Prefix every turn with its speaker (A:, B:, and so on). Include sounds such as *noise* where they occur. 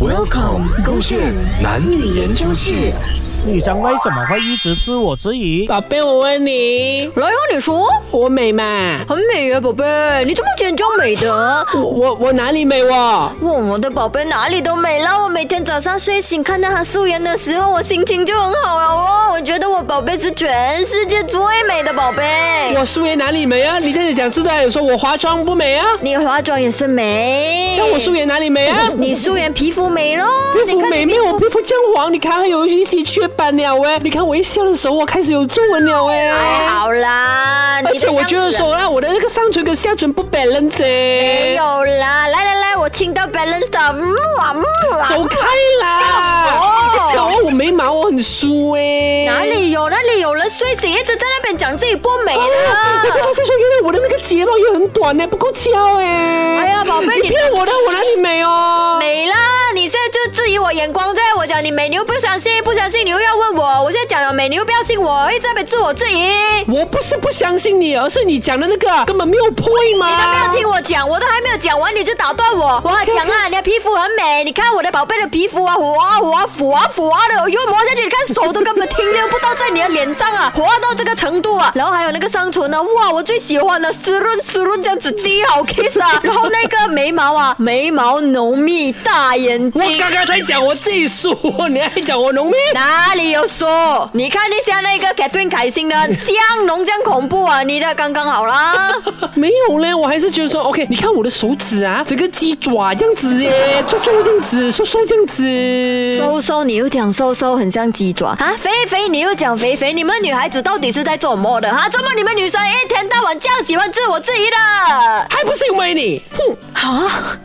A: Welcome，勾线男女研究室。
B: 女生为什么会一直自我质疑？
C: 宝贝，我问你，
D: 来哦，你说
C: 我美吗？
D: 很美啊，宝贝，你这么讲就美的。
C: 我我我哪里美我？
D: 我我的宝贝哪里都美啦！我每天早上睡醒看到她素颜的时候，我心情就很好了哦。我觉得我宝贝是全世界最美的宝贝。
C: 我素颜哪里美啊？你在这讲自大，有说我化妆不美啊？
D: 你化妆也是美，
C: 像我素颜哪里美啊？
D: 哎你素颜皮肤美喽，
C: 皮肤
D: 你看
C: 美
D: 你
C: 没有？我皮肤姜黄，你看还有一些雀斑了哎。你看我一笑的时候，我开始有皱纹了
D: 还
C: 哎。
D: 好啦，
C: 而
D: 你的
C: 且我
D: 样
C: 觉得
D: 子
C: 说啊，我的那个上唇跟下唇不 balance 哎。
D: 没有啦。来来来，我亲到 balance 的，嗯哇嗯哇，
C: 走开啦！而且哦我眉毛我很疏哎。
D: 哪里有哪里有人睡醒一直在那边讲自己不美
C: 哦，我才
D: 的？
C: 发现说，原来我的那个睫毛也很短呢，不够翘哎。
D: 哎呀宝贝
C: 你
D: 你
C: 骗我的，我哪里美哦？
D: 美啦！你现在就质疑我眼光在，我讲你美，你又不相信，不相信你又要问我。我现在讲了美，你又不要信我，一直在那边自我质疑。你
C: 我不是不相信你，而是你讲的那个啊根本没有 point 嘛。
D: 都没有听我讲，我都还没有讲完你就打断我。我还讲啊，你的皮肤很美，你看我的宝贝的皮肤啊，火啊火啊火啊火啊的，我又磨下去，你看手都根本停留不到在你的脸上啊，火到这个程度啊。然后还有那个上唇啊，哇，我最喜欢的湿润湿润这样子肌好 kiss 啊。然后那个眉毛啊，眉毛浓密大眼睛。
C: 我刚刚才讲我自己说，你还讲我浓密？
D: 哪里有说？你看一下那个 Catherine 凯欣的江浓江恐怖啊，你的刚刚好啦。
C: 没有嘞，我还是觉得说，OK，你看我的手指啊，整个鸡爪这样子
D: *laughs*
C: 耶，皱皱这样子，瘦瘦这样子。
D: 瘦瘦，你又讲瘦瘦，很像鸡爪啊！肥肥，你又讲肥肥，你们女孩子到底是在做什么的啊？怎么你们女生一天到晚这样喜欢自我质疑的？
C: 还不是因为你，哼！
D: 啊，